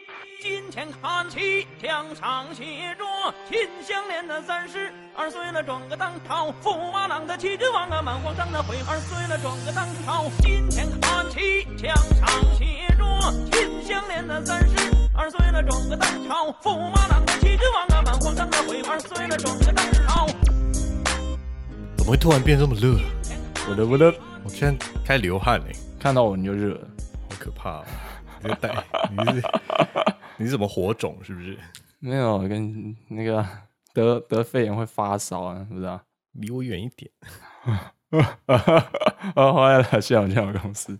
门前看齐，墙上写着“秦香莲”的三十二岁了，转个当朝；驸马郎的齐君王啊，满皇上的悔二岁了，转个当朝。金钱看齐，墙上写着“秦香莲”的三十二岁了，转个当朝；驸马郎的齐君王啊，满皇上的悔二岁了，转个当朝。怎么会突然变这么热？我的我的，我现在开始流汗哎、看到我你就热了。好可怕、哦！你这带你是你是怎么火种是不是？没有，跟那 个得得肺炎会发烧啊，是不是 啊？离我远一点。啊，欢迎来现场教育公司，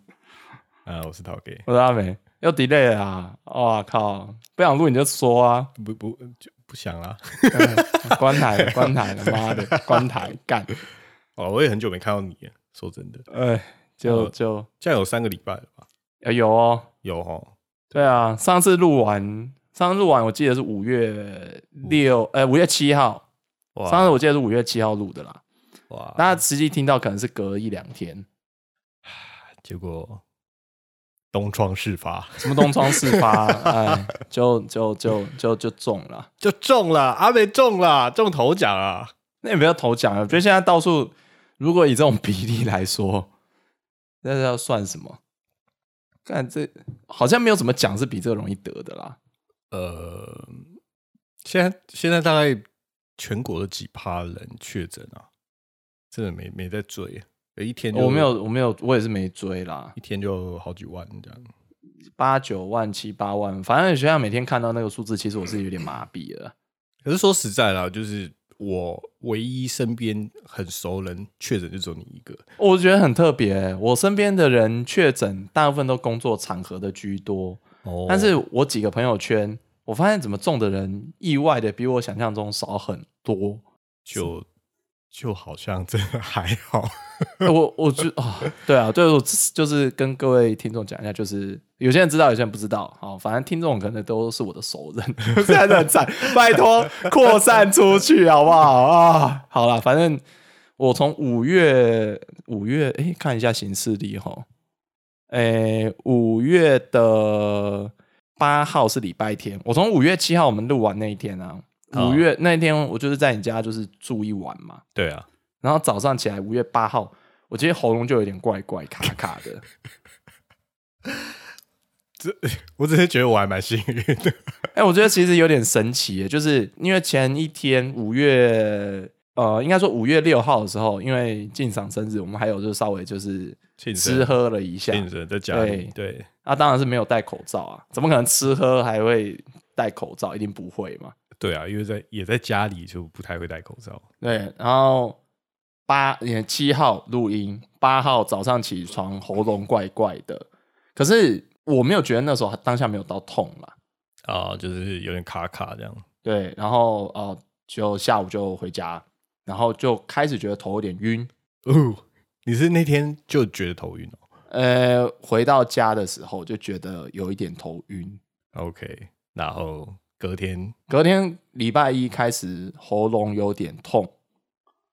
啊，我是陶给，我是阿美，又 delay 了啊！哇靠，不想录你就说啊， 不不就不想啦。 关台了关台了，妈的，关台干！哦，我也很久没看到你了，说真的，哎，就就这样有三个礼拜了吧？呃有哦，有哦，对啊，上次录完，上次录完我记得是五月六，呃，五月七号，哇上次我记得是五月七号录的啦。哇，大家实际听到可能是隔了一两天，结果东窗事发，什么东窗事发，哎，就就就就就中了。就中了，阿美中了，中头奖啊！那也不要头奖啊了，我觉得现在到处，如果以这种比例来说，那是要算什么？看这好像没有什么奖是比这个容易得的啦。呃，现在现在大概全国的几趴人确诊啊，真的没没在追，呃一天就我没有，我没有，我也是没追啦，一天就好几万这样。八九万、七八万，反正学校每天看到那个数字，其实我是有点麻痹了。可是说实在啦，就是我唯一身边很熟人确诊就只有你一个，我觉得很特别、我身边的人确诊，大部分都工作场合的居多，哦但是我几个朋友圈，我发现怎么中的人意外的比我想象中少很多。就就好像真的还好，我我就啊、对啊，对我就是跟各位听众讲一下，就是有些人知道，有些人不知道。好，反正听众可能都是我的熟人， 这样子很惨。拜托，扩散出去好不好啊？好了，反正我从五月五月哎、看一下行事历哈，哎五月的八号是礼拜天，我从五月七号我们录完那一天啊，哦五月那一天我就是在你家就是住一晚嘛， 对啊，然后早上起来，五月八号，我今天喉咙就有点怪怪、卡卡的。 我只是觉得我还蛮幸运的，哎、我觉得其实有点神奇耶，就是因为前一天五月，呃，应该说五月六号的时候，因为进赏生日，我们还有就是稍微就是庆生吃喝了一下，变成在家里，对，啊，当然是没有戴口罩啊，怎么可能吃喝还会戴口罩？一定不会嘛。对啊，因为在也在家里就不太会戴口罩，对，然后八也七号录音，八号早上起床喉咙怪怪的，可是我没有觉得那时候当下没有到痛啦。啊、就是有点卡卡这样。对，然后呃，就下午就回家，然后就开始觉得头有点晕。哦，你是那天就觉得头晕哦呃，回到家的时候就觉得有一点头晕，哦？OK，然后隔天隔天礼拜一开始喉咙有点痛。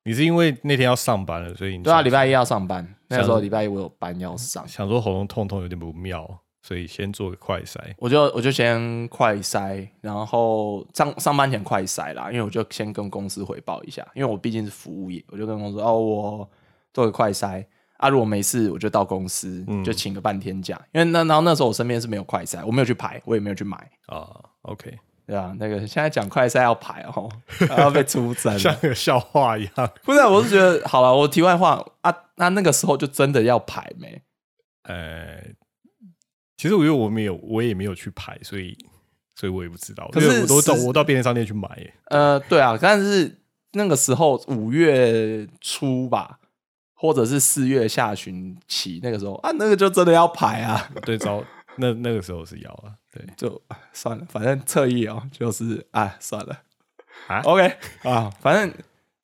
你是因为那天要上班了，所以你对啊，想礼拜一要上班，那时候想礼拜一我有班要上，想说喉咙痛痛有点不妙，所以先做个快筛。我就我就先快筛，然后上上班前快筛啦，因为我就先跟公司汇报一下，因为我毕竟是服务业，我就跟公司说哦，我做个快筛啊，如果没事我就到公司、嗯就请个半天假，因为那然后那时候我身边是没有快筛，我没有去排，我也没有去买，啊，OK，对啊，那个现在讲快筛要排哦， 要被出征了，像个笑话一样。不是啊、我是觉得好了，我题外话啊，那那个时候就真的要排没？呃，其实我觉得我没有，我也没有去排，所以，所以我也不知道。可是因为我都到实我到便利商店去买耶。呃，对啊，但是那个时候五月初吧，或者是四月下旬起，那个时候啊，那个就真的要排啊，对，早那那个时候是要啊，对就算了，反正侧翼哦，就是啊，算了啊，OK 啊，反正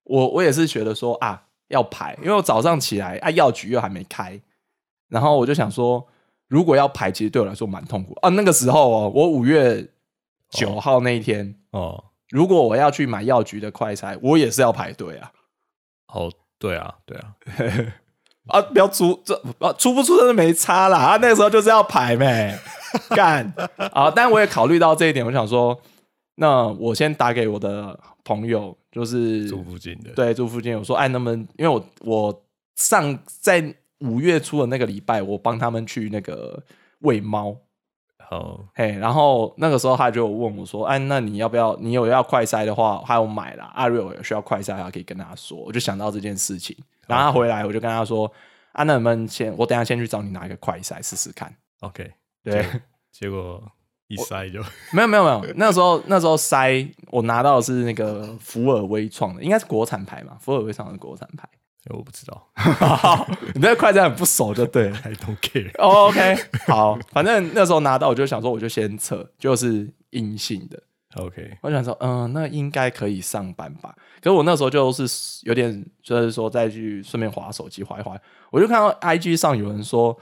我我也是觉得说啊，要排，因为我早上起来啊，药局又还没开，然后我就想说，如果要排，其实对我来说蛮痛苦啊。那个时候哦，我五月九号那一天。哦如果我要去买药局的快餐，我也是要排队啊。哦，对啊，对啊， 啊，不要出这啊，出不出真的没差啦。啊，那个时候就是要排呗。干啊！但我也考虑到这一点，我想说，那我先打给我的朋友，就是住附近的，，对，住附近。我说，哎，能不能？因为我我上在五月初的那个礼拜，我帮他们去那个喂猫，好，嘿，然后那个时候他就问我说，哎，那你要不要？你有要快筛的话，还有买啦。阿瑞有需要快筛，还可以跟他说。我就想到这件事情，然后他回来，我就跟他说，啊，那我们先，我等一下先去找你拿一个快筛试试看。 OK，对，结果一塞就没有没有没有，那时候那时候塞我拿到的是那个福尔威创的，应该是国产牌嘛，福尔威创的国产牌。哎我不知道 你对快餐很不熟就对了。 ，I don't care，哦 OK，好，反正那时候拿到我就想说，我就先测，就是阴性的。 OK，我想说，嗯、那应该可以上班吧。可是我那时候就是有点，就是说再去顺便划手机划一划，我就看到 IG 上有人说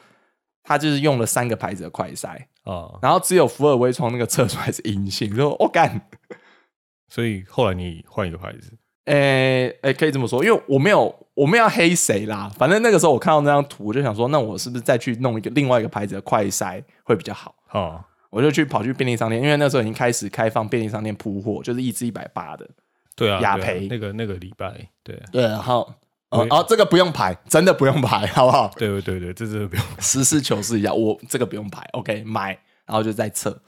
他就是用了三个牌子的快筛，啊，然后只有福尔威从那个测出来是阴性，就我干，所以后来你换一个牌子，诶、诶、可以这么说，因为我没有我没有要黑谁啦，反正那个时候我看到那张图，我就想说，那我是不是再去弄一个另外一个牌子的快筛会比较好？哦，我就去跑去便利商店，因为那时候已经开始开放便利商店铺货，就是一支一百八的。对啊，雅对啊培那个那个礼拜，对啊对，然后哦我哦，这个不用排，真的不用排， 好不好？对对对对，这真的不用， 实事求是一下，我这个不用排，OK，买，然后就再测。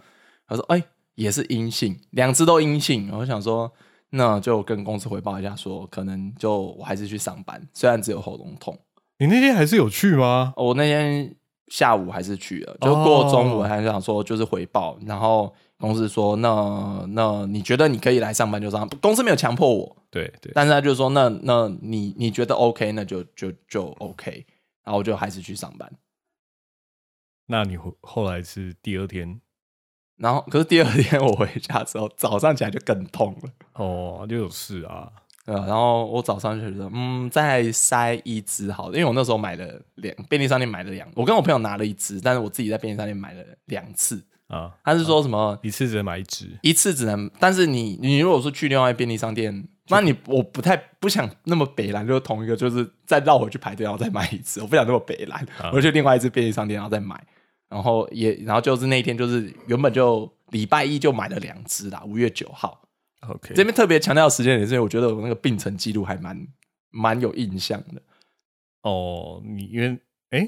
他说，哎、也是阴性，两只都阴性。我想说，那就跟公司汇报一下说可能就我还是去上班，虽然只有喉咙痛。你那天还是有去吗？我那天下午还是去了，哦就过中午还想说就是回报，然后公司说，那那你觉得你可以来上班就上班，公司没有强迫我，对对，但是他就说，那那你你觉得 OK，那就就就 OK，然后我就还是去上班。那你后后来是第二天然后，可是第二天我回家之后，早上起来就更痛了，哦，就有事啊，对吧？然后我早上就觉得，嗯，再塞一支好了，因为我那时候买了两便利商店买了两，我跟我朋友拿了一支，但是我自己在便利商店买了两次。啊，他是说什么、一次只能买一支，一次只能，但是你你如果说去另外便利商店，那你我不太不想那么北蓝，就是同一个，就是再绕回去排队，然后再买一次，我 不想那么北蓝，啊我就去另外一次便利商店，然后再买，然后也然后就是那一天就是原本就礼拜一就买了两只啦，五月九号 OK，这边特别强调时间点，是因为我觉得我那个病程记录还蛮蛮有印象的，哦，你因为哎，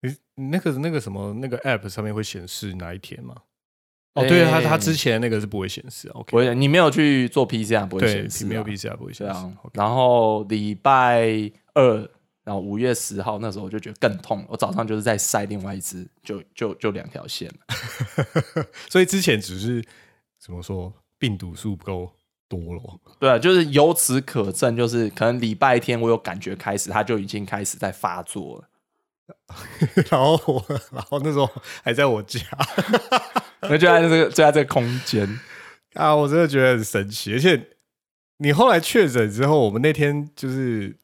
你你那个那个什么那个 App 上面会显示哪一天吗？哦，对啊，它它诶之前那个是不会显示啊，OK，我也你没有去做 PCR 不会对显，示、啊，没有 PCR 不会对显啊示，然后礼拜二，然后五月十号那时候我就觉得更痛，我早上就是在晒另外一只，就就就两条线 了。 所以之前只是怎么说，病毒数不够多咯。 对啊，就是由此可证，就是可能礼拜天我有感觉开始，它就已经开始在发作了。然后我，然后那时候还在我家 那就在这个就在这个空间，啊，我真的觉得很神奇。而且你后来确诊之后，我们那天就是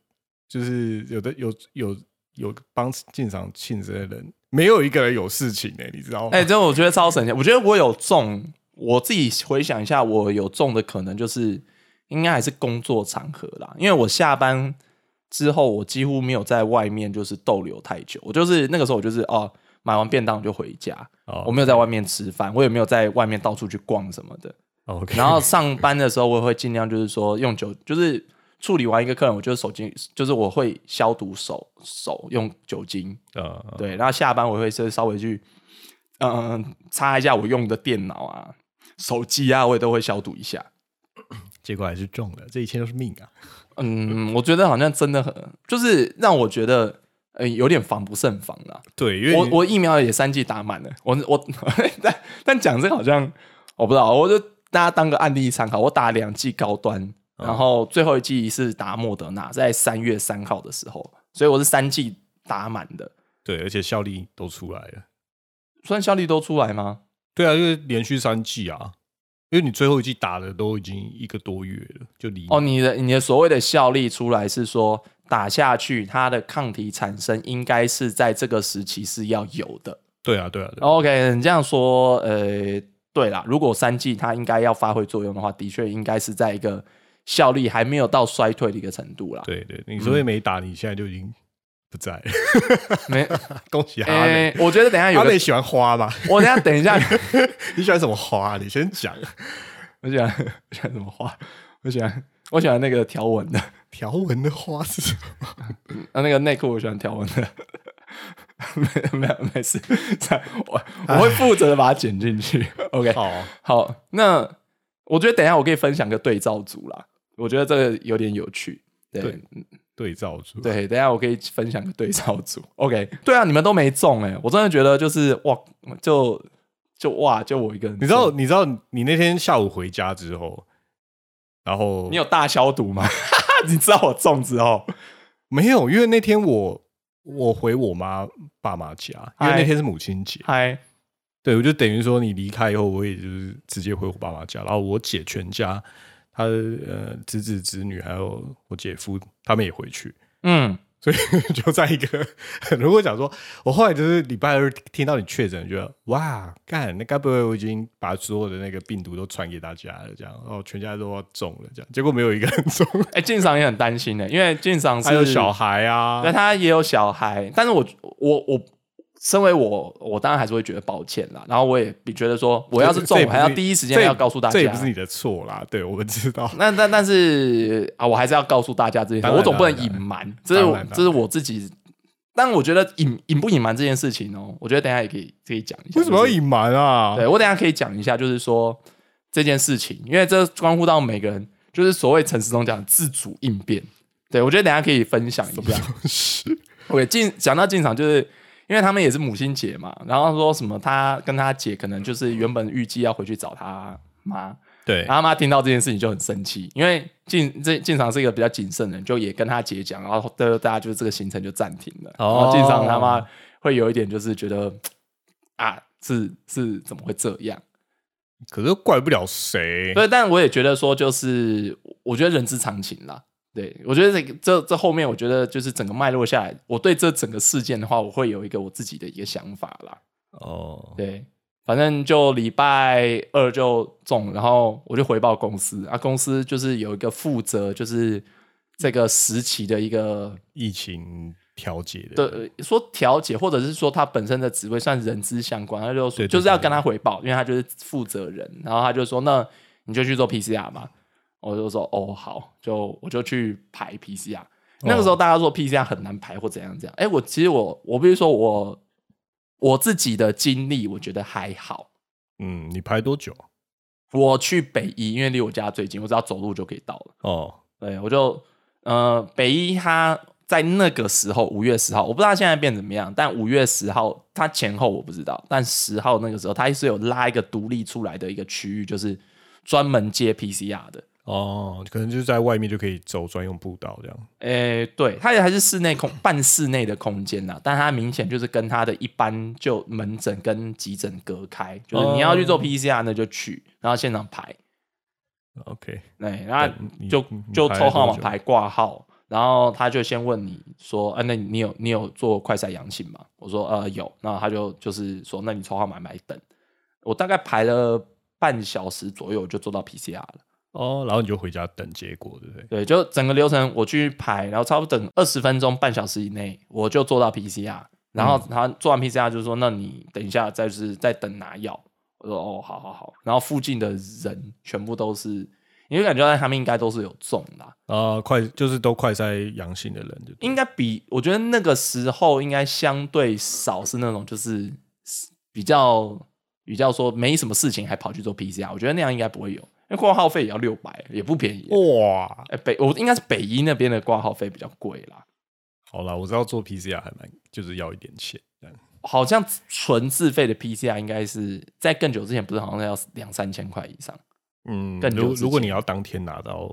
就是有的有有有帮进场庆生的人，没有一个人有事情呢、欸你知道吗？哎、这我觉得超神奇。我觉得我有中，我自己回想一下，我有中的可能就是应该还是工作场合啦，因为我下班之后，我几乎没有在外面就是逗留太久。我就是那个时候，我就是哦，买完便当我就回家，哦我没有在外面吃饭，我也没有在外面到处去逛什么的。哦 OK，然后上班的时候，我会尽量就是说用酒，就是处理完一个客人，我就是手机，就是我会消毒手手用酒精， 呃，对，然后下班我会是稍微去，嗯、擦一下我用的电脑啊、手机啊，我也都会消毒一下。结果还是中了，这一切都是命啊！嗯，我觉得好像真的很，就是让我觉得，呃，有点防不胜防啦。对，因为我你我疫苗也三剂打满了，我我 但但讲这个好像我不知道，我就大家当个案例参考。我打两剂高端，嗯然后最后一剂是打莫德纳，在三月三号的时候，所以我是三剂打满的。对，而且效力都出来了。算效力都出来吗？对啊，因为连续三季啊，因为你最后一季打的都已经一个多月了，就离哦，你的你的所谓的效力出来是说打下去，它的抗体产生应该是在这个时期是要有的。对啊，对啊，对啊 OK，你这样说，呃，对啦，如果三剂它应该要发挥作用的话，的确应该是在一个效力还没有到衰退的一个程度啦。嗯对对，你所以没打，你现在就已经不在， 没， 恭喜阿美。哎，我觉得等一下有阿个美，喜欢花吧？我等一下等一下， 你喜欢什么花？啊你先讲。 我喜欢我喜欢什么花？我喜欢我喜欢那个条纹的，条纹的花是什么？啊，那个内裤我喜欢条纹的。没没有没事，这样我我会负责把它剪进 去。OK，好，好，那我觉得等一下我可以分享个对照组啦，我觉得这个有点有趣。对对对照组。对等一下我可以分享个对照组。OK，对啊，你们都没中哎、我真的觉得就是哇，就就哇，就我一个人中。你知道，你知道，你那天下午回家之后，然后你有大消毒吗？ 你知道我中之后，没有？因为那天我我回我妈爸妈家，因为嗨那天是母亲节，嗨，对我就等于说你离开以后，我也就是直接回我爸妈家，然后我姐全家，她的呃侄子侄女还有我姐夫他们也回去，嗯，所以 就在一个，如果讲说，我后来就是礼拜二听到你确诊，觉得哇，干，那该不会我已经把所有的那个病毒都传给大家了，这样，然后全家都要中了，这样，结果没有一个人中，哎、晋赏也很担心呢、欸因为晋赏是还有小孩啊那，他也有小孩，但是我我我身为我，我当然还是会觉得抱歉啦。然后我也比觉得说，我要是中，这也我不还要第一时间这也要告诉大家。这也不是你的错啦，对我们知 道，那但但是啊，我还是要告诉大家这件事，当然我总不能当然隐瞒，这是当我然当然这是我自己。但我觉得隐隐不隐瞒这件事情哦，我觉得等一下也可以可以讲一下。为什么要就是隐瞒啊？对我等一下可以讲一下，就是说这件事情，因为这关乎到每个人，就是所谓陈世忠讲的自主应变。对我觉得等一下可以分享一下。 是， OK，进讲到进场，就是因为他们也是母亲节嘛，然后说什么他跟他姐可能就是原本预计要回去找他妈，对然后他妈听到这件事情就很生气，因为进这进场是一个比较谨慎的人，就也跟他姐讲，然后大大家就是这个行程就暂停了。然后进场他妈会有一点就是觉得啊，是是怎么会这样？可是怪不了谁，对，但我也觉得说，就是我觉得人之常情啦。对，我觉得这个这这后面，我觉得就是整个脉络下来，我对这整个事件的话，我会有一个我自己的一个想法啦。哦，对，反正就礼拜二就中，然后我就回报公司啊，公司就是有一个负责就是这个时期的一个疫情调节的，的呃说调解，或者是说他本身的职位算人资相关，他就说对对就是要对跟他回报，因为他就是负责人，然后他就说那你就去做 PCR 嘛，我就说哦好，就我就去排 PCR。那哦个时候大家说 PCR 很难排或怎样怎样，哎、我其实我我必须说我我自己的经历，我觉得还好。嗯，你排多久？我去北医，因为离我家最近，我只要走路就可以到了。哦，对，我就呃，北一他在那个时候五月十号，我不知道他现在变怎么样，但五月十号他前后我不知道，但十号那个时候他是有拉一个独立出来的一个区域，就是专门接 PCR 的。哦，可能就是在外面就可以走专用步道这样。诶、对，它也还是室内空半室内的空间呐，但它明显就是跟它的一般就门诊跟急诊隔开，就是你要去做哦 PCR 那就去，然后现场排， OK，对，那你就你就排抽了多号码久牌挂号，然后他就先问你说，啊，那你你有你有做快筛阳性吗？我说呃有，那他就就是说，那你抽号码牌等，我大概排了半小时左右就做到 PCR 了，哦，然后你就回家等结果，对不对？对，就整个流程我去排，然后差不多等二十分钟半小时以内我就做到 PCR，然后嗯他做完 PCR 就说，那你等一下再就是再等拿药，我说哦好好好，然后附近的人全部都是，因为感觉到他们应该都是有中啦。啊、快就是都快筛阳性的人就对，应该比我觉得那个时候应该相对少是那种就是比较比较说没什么事情还跑去做 PCR，我觉得那样应该不会有，因为挂号费也要六百，也不便宜。哦哎、哇，北我应该是北医那边的挂号费比较贵啦，好啦，我知道做 PCR 还蛮就是要一点钱，这样好像纯自费的 PCR 应该是在更久之前不是好像要两三千块以上。嗯更，久如之如果前你要当天拿到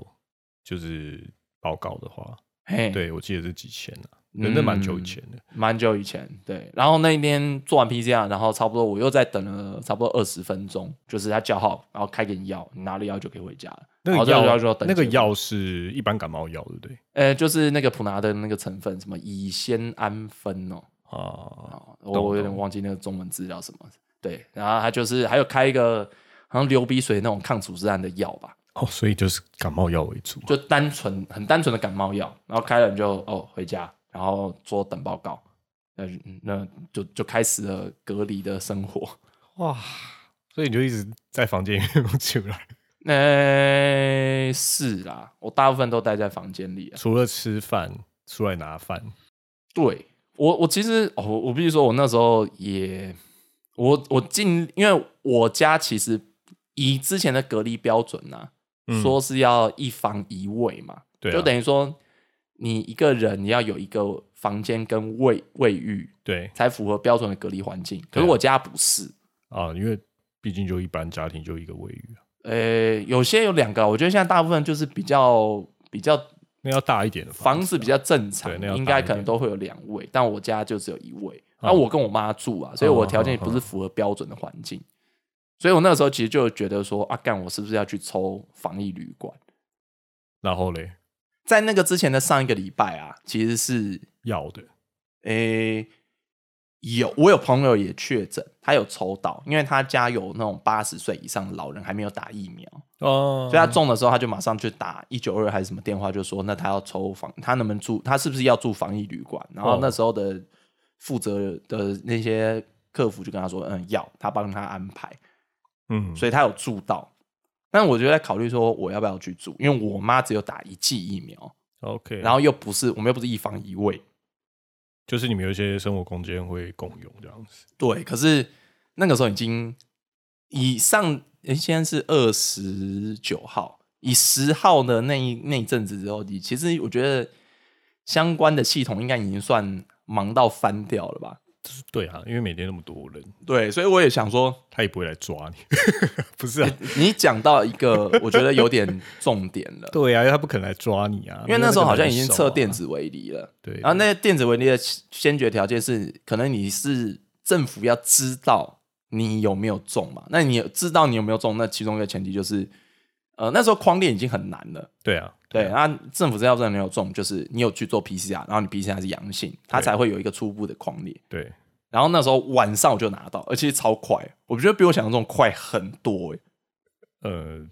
就是报告的话，嘿，，对我记得是几千啊，嗯真的蛮久以前的。蛮久以前，对。然后那一天做完 PCR，然后差不多我又再等了差不多二十分钟，就是他叫号，然后开给你药，你拿了药就可以回家了。那个然后哦就要就要药，等那个结果药是一般感冒药，对不对？呃，就是那个普拿的那个成分，什么乙酰氨酚哦，啊，哦懂我我有点懂忘记那个中文字叫什么。对，然后他就是还有开一个好像流鼻水那种抗组织胺的药吧，哦，所以就是感冒药为主嘛。就单纯很单纯的感冒药，然后开了你就哦回家，然后做等报告，那那就就开始了隔离的生活。哇，所以你就一直在房间里面 不出来，那、是啦，我大部分都待在房间里啊。除了吃饭，出来拿饭，对我，我其实哦，我我必须说，我那时候也，我我尽，因为我家其实以之前的隔离标准呐、嗯说是要一房一卫嘛，对啊就等于说你一个人你要有一个房间跟卫卫浴，对才符合标准的隔离环境。可对是啊我家不是，啊，因为毕竟就一般家庭就一个卫浴啊，呃，有些有两个，我觉得现在大部分就是比较比较那要大一点的房子子啊比较正常对那要，大应一该点可能都会有两位，但我家就只有一位。哦那我跟我妈住嗯啊，所以我条件也不是符合标准的环境，所以我那时候其实就觉得说，啊，干我是不是要去抽防疫旅馆？然后嘞，在那个之前的上一个礼拜啊，其实是要的，诶、有我有朋友也确诊，他有抽到，因为他家有那种八十岁以上的老人还没有打疫苗，哦所以他中的时候他就马上去打一九二还是什么电话，就说那他要抽防，他能不能住，他是不是要住防疫旅馆？然后那时候的负责的那些客服就跟他说，嗯，要，他帮他安排，嗯，所以他有住到。但我就在考虑说，我要不要去住？因为我妈只有打一剂疫苗， OK，然后又不是我们又不是一房一卫，就是你们有一些生活空间会共用这样子，对，可是那个时候已经以上，诶现在是二十九号，以十号的那一那一阵子之后，你其实我觉得相关的系统应该已经算忙到翻掉了吧？对啊，因为每天那么多人，对，所以我也想说，他也不会来抓你， 不是啊？你讲到一个我觉得有点重点了，对啊，因为他不肯来抓你啊，因为那时候好像已经测电电子，子啊围篱了，啊对，然后那个电子围篱的先决条件是，可能你是政府要知道你有没有中嘛。那你知道你有没有中，那其中一个前提就是，呃，那时候框列已经很难了。对啊，对，那政府知道这没有中，就是你有去做 PCR，然后你 PCR 是阳性，它才会有一个初步的框列。对，然后那时候晚上我就拿到，而且超快，我觉得比我想象中快很多、欸。呃，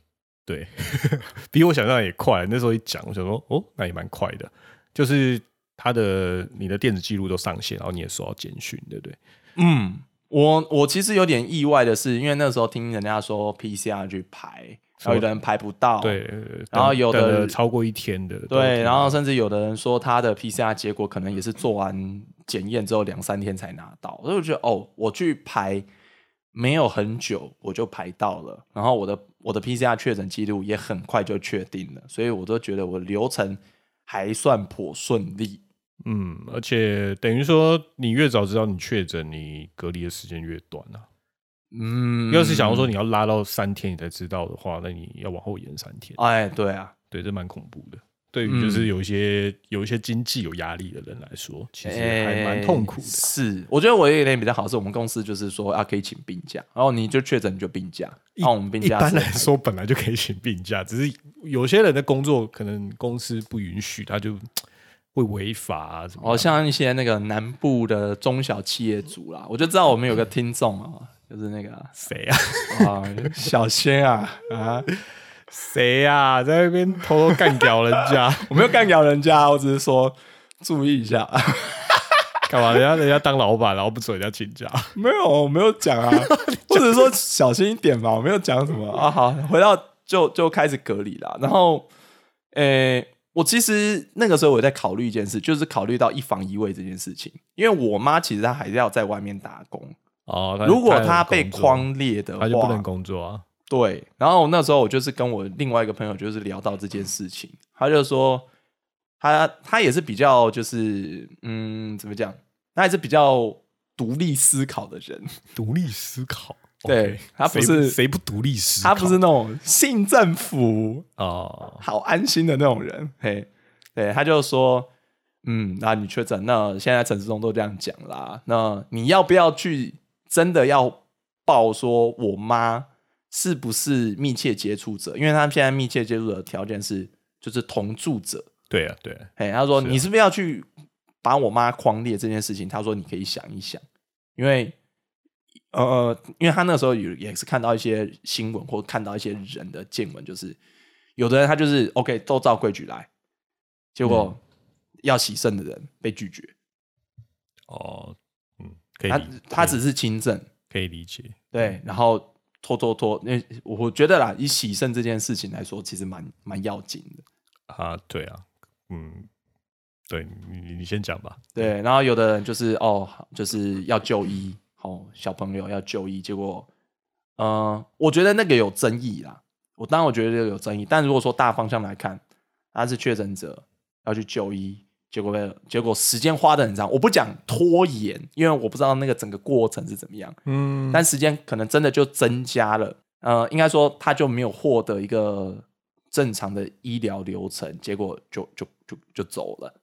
对， 比我想象也快。那时候一讲，我想说，哦，那也蛮快的，就是他的你的电子记录都上线，然后你也收到简讯，对不对？嗯，我我其实有点意外的是，因为那时候听人家说 PCR 去排，然后有的人排不到，对，等哦然后有的等了超过一天的，都有对，听然后到甚至有的人说他的 PCR 结果可能也是做完检验之后两三天才拿到，所以我觉得哦，我去排没有很久我就排到了，然后我的我的 PCR 确诊记录也很快就确定了，所以我都觉得我流程还算颇顺利。嗯，而且等于说，你越早知道你确诊，你隔离的时间越短啊。嗯，要是想要说，你要拉到三天你才知道的话，那你要往后延三天，哎，对啊，对，这蛮恐怖的。对嗯于就是有一些、有一些经济有压力的人来说，其实还蛮哎痛苦的。是，我觉得我有一点比较好，是我们公司就是说啊，可以请病假，然后你就确诊你就病假，那我们病一假般是来说本来就可以请病假，只是有些人的工作可能公司不允许，他就会违法啊什么哦，的。像一些那个南部的中小企业主啦，我就知道我们有个听众啊，就是那个啊、谁啊？ 啊 小仙啊啊，谁啊？在那边偷偷干掉人家，我没有干掉人家，我只是说注意一下， 干嘛？人家人家当老板，然后不准人家请假。没有，我没有讲 啊，我只是说小心一点嘛，我没有讲什 么啊。好，回到就就开始隔离啦，然后，诶、我其实那个时候我在考虑一件事，就是考虑到一房一卫这件事情，因为我妈其实她还是要在外面打工，哦，他如果他她有被工作，框列的话，他就不能工作啊。对，然后那时候我就是跟我另外一个朋友就是聊到这件事情，他就说他他也是比较就是嗯怎么讲，他也是比较独立思考的人，独立思考，对 OK 他不谁是谁不独立思考，他不是那种信政府哦，好安心的那种人，嘿，对，他就说嗯，那你确诊，那现在陈世忠都这样讲啦，那你要不要去真的要报说我妈是不是密切接触者？因为他们现在密切接触者的条件是就是同住者。对啊，对啊，哎，他说是啊你是不是要去把我妈框列这件事情？他说你可以想一想，因为呃，因为他那时候有也是看到一些新闻或看到一些人的嗯见闻，就是有的人他就是 OK 都照规矩来，结果要洗肾的人被拒绝，哦，嗯，可以他理，他可以只是轻症，可以理解，对，嗯然后拖拖拖，那我觉得啦，以洗肾这件事情来说，其实蛮蛮要紧的。啊，对啊，嗯，对你你你先讲吧，对，然后有的人就是哦，就是要就医，哦，小朋友要就医，结果，呃，我觉得那个有争议啦。我当然我觉得这个有争议，但如果说大方向来看，他是确诊者要去就医，结果被结果时间花的很长，我不讲拖延，因为我不知道那个整个过程是怎么样，嗯，但时间可能真的就增加了。呃，应该说他就没有获得一个正常的医疗流程，结果就就就就走了，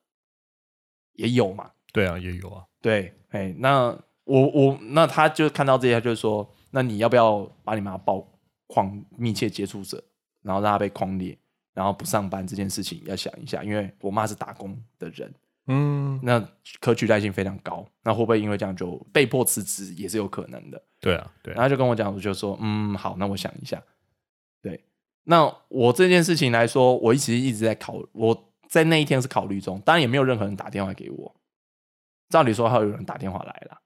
也有嘛。对啊，也有啊，对，哎，那我我那他就看到这些，他就说，那你要不要把你妈报框密切接触者，然后让他被框列，然后不上班这件事情要想一下，因为我妈是打工的人，嗯，那可取代性非常高，那会不会因为这样就被迫辞职也是有可能的？对啊，对然啊，后他就跟我讲，我就说，嗯，好，那我想一下。对，那我这件事情来说，我一直一直在考，我在那一天是考虑中，当然也没有任何人打电话给我。照理说，还有人打电话来了，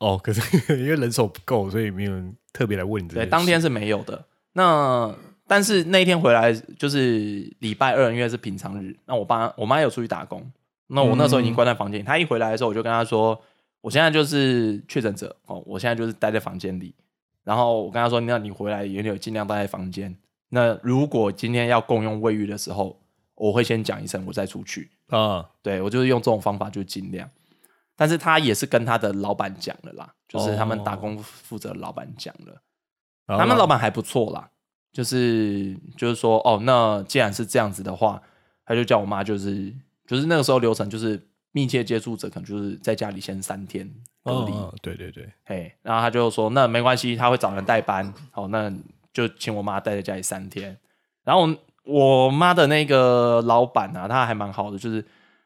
哦，可是因为人手不够，所以没有人特别来问你这件对，事当天是没有的。那但是那一天回来就是礼拜二，因为是平常日，那我爸我妈有出去打工，那我那时候已经关在房间里，她一回来的时候，我就跟她说，我现在就是确诊者哦，我现在就是待在房间里。然后我跟她说，那你回来也有尽量待在房间。那如果今天要共用卫浴的时候，我会先讲一声，我再出去。啊，对我就是用这种方法，就尽量。但是他也是跟他的老板讲了啦，就是他们打工负责的老板讲了。哦然后他们老板还不错啦，就是就是说，哦，那既然是这样子的话，他就叫我妈，就是就是那个时候流程就是密切接触者可能就是在家里先三天隔离，哦，对对对，嘿，然后他就说那没关系，他会找人代班，好，那就请我妈待在家里三天。然后我我妈的那个老板啊，他还蛮好的，就是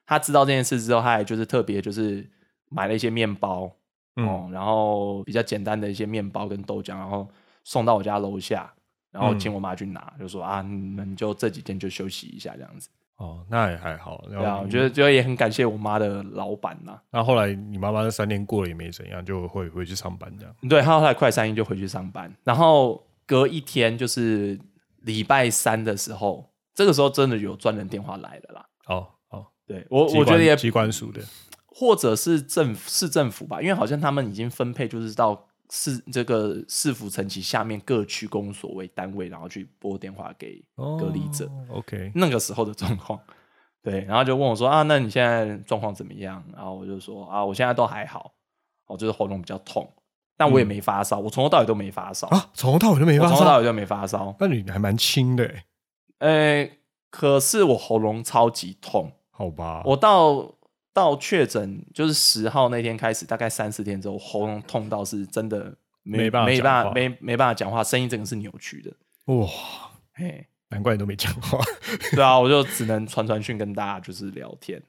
他知道这件事之后，他还就是特别就是买了一些面包，嗯哦，然后比较简单的一些面包跟豆浆，然后送到我家楼下，然后嗯请我妈去拿，就说啊，你们就这几天就休息一下这样子。哦，那也还好，对啊，我觉得，得就也很感谢我妈的老板呐、那后来你妈妈那三天过了也没怎样，就会回去上班这样，对，他后来快三一就回去上班，然后隔一天就是礼拜三的时候，这个时候真的有专人电话来了啦。哦哦，对我，机我觉关得也机关署的，或者是政府市政府吧，因为好像他们已经分配就是到市这个市府层级下面各区公所为单位，然后去拨电话给隔离者。哦，OK，那个时候的状况。对，然后就问我说啊，那你现在状况怎么样？然后我就说啊，我现在都还好，我就是喉咙比较痛，但我也没发烧，我从头到尾都没发烧，嗯啊，从头到尾都没我发从头到烧，尾就没发烧。那你还蛮轻的欸，呃，可是我喉咙超级痛，好吧？我到到确诊就是十号那天开始，大概三四天之后，喉咙痛到是真的没办法没办讲法话没没办法讲话，声音整个是扭 曲的。哇，嘿，难怪你都没讲 话，对啊，我就只能传传讯跟大家就是聊天，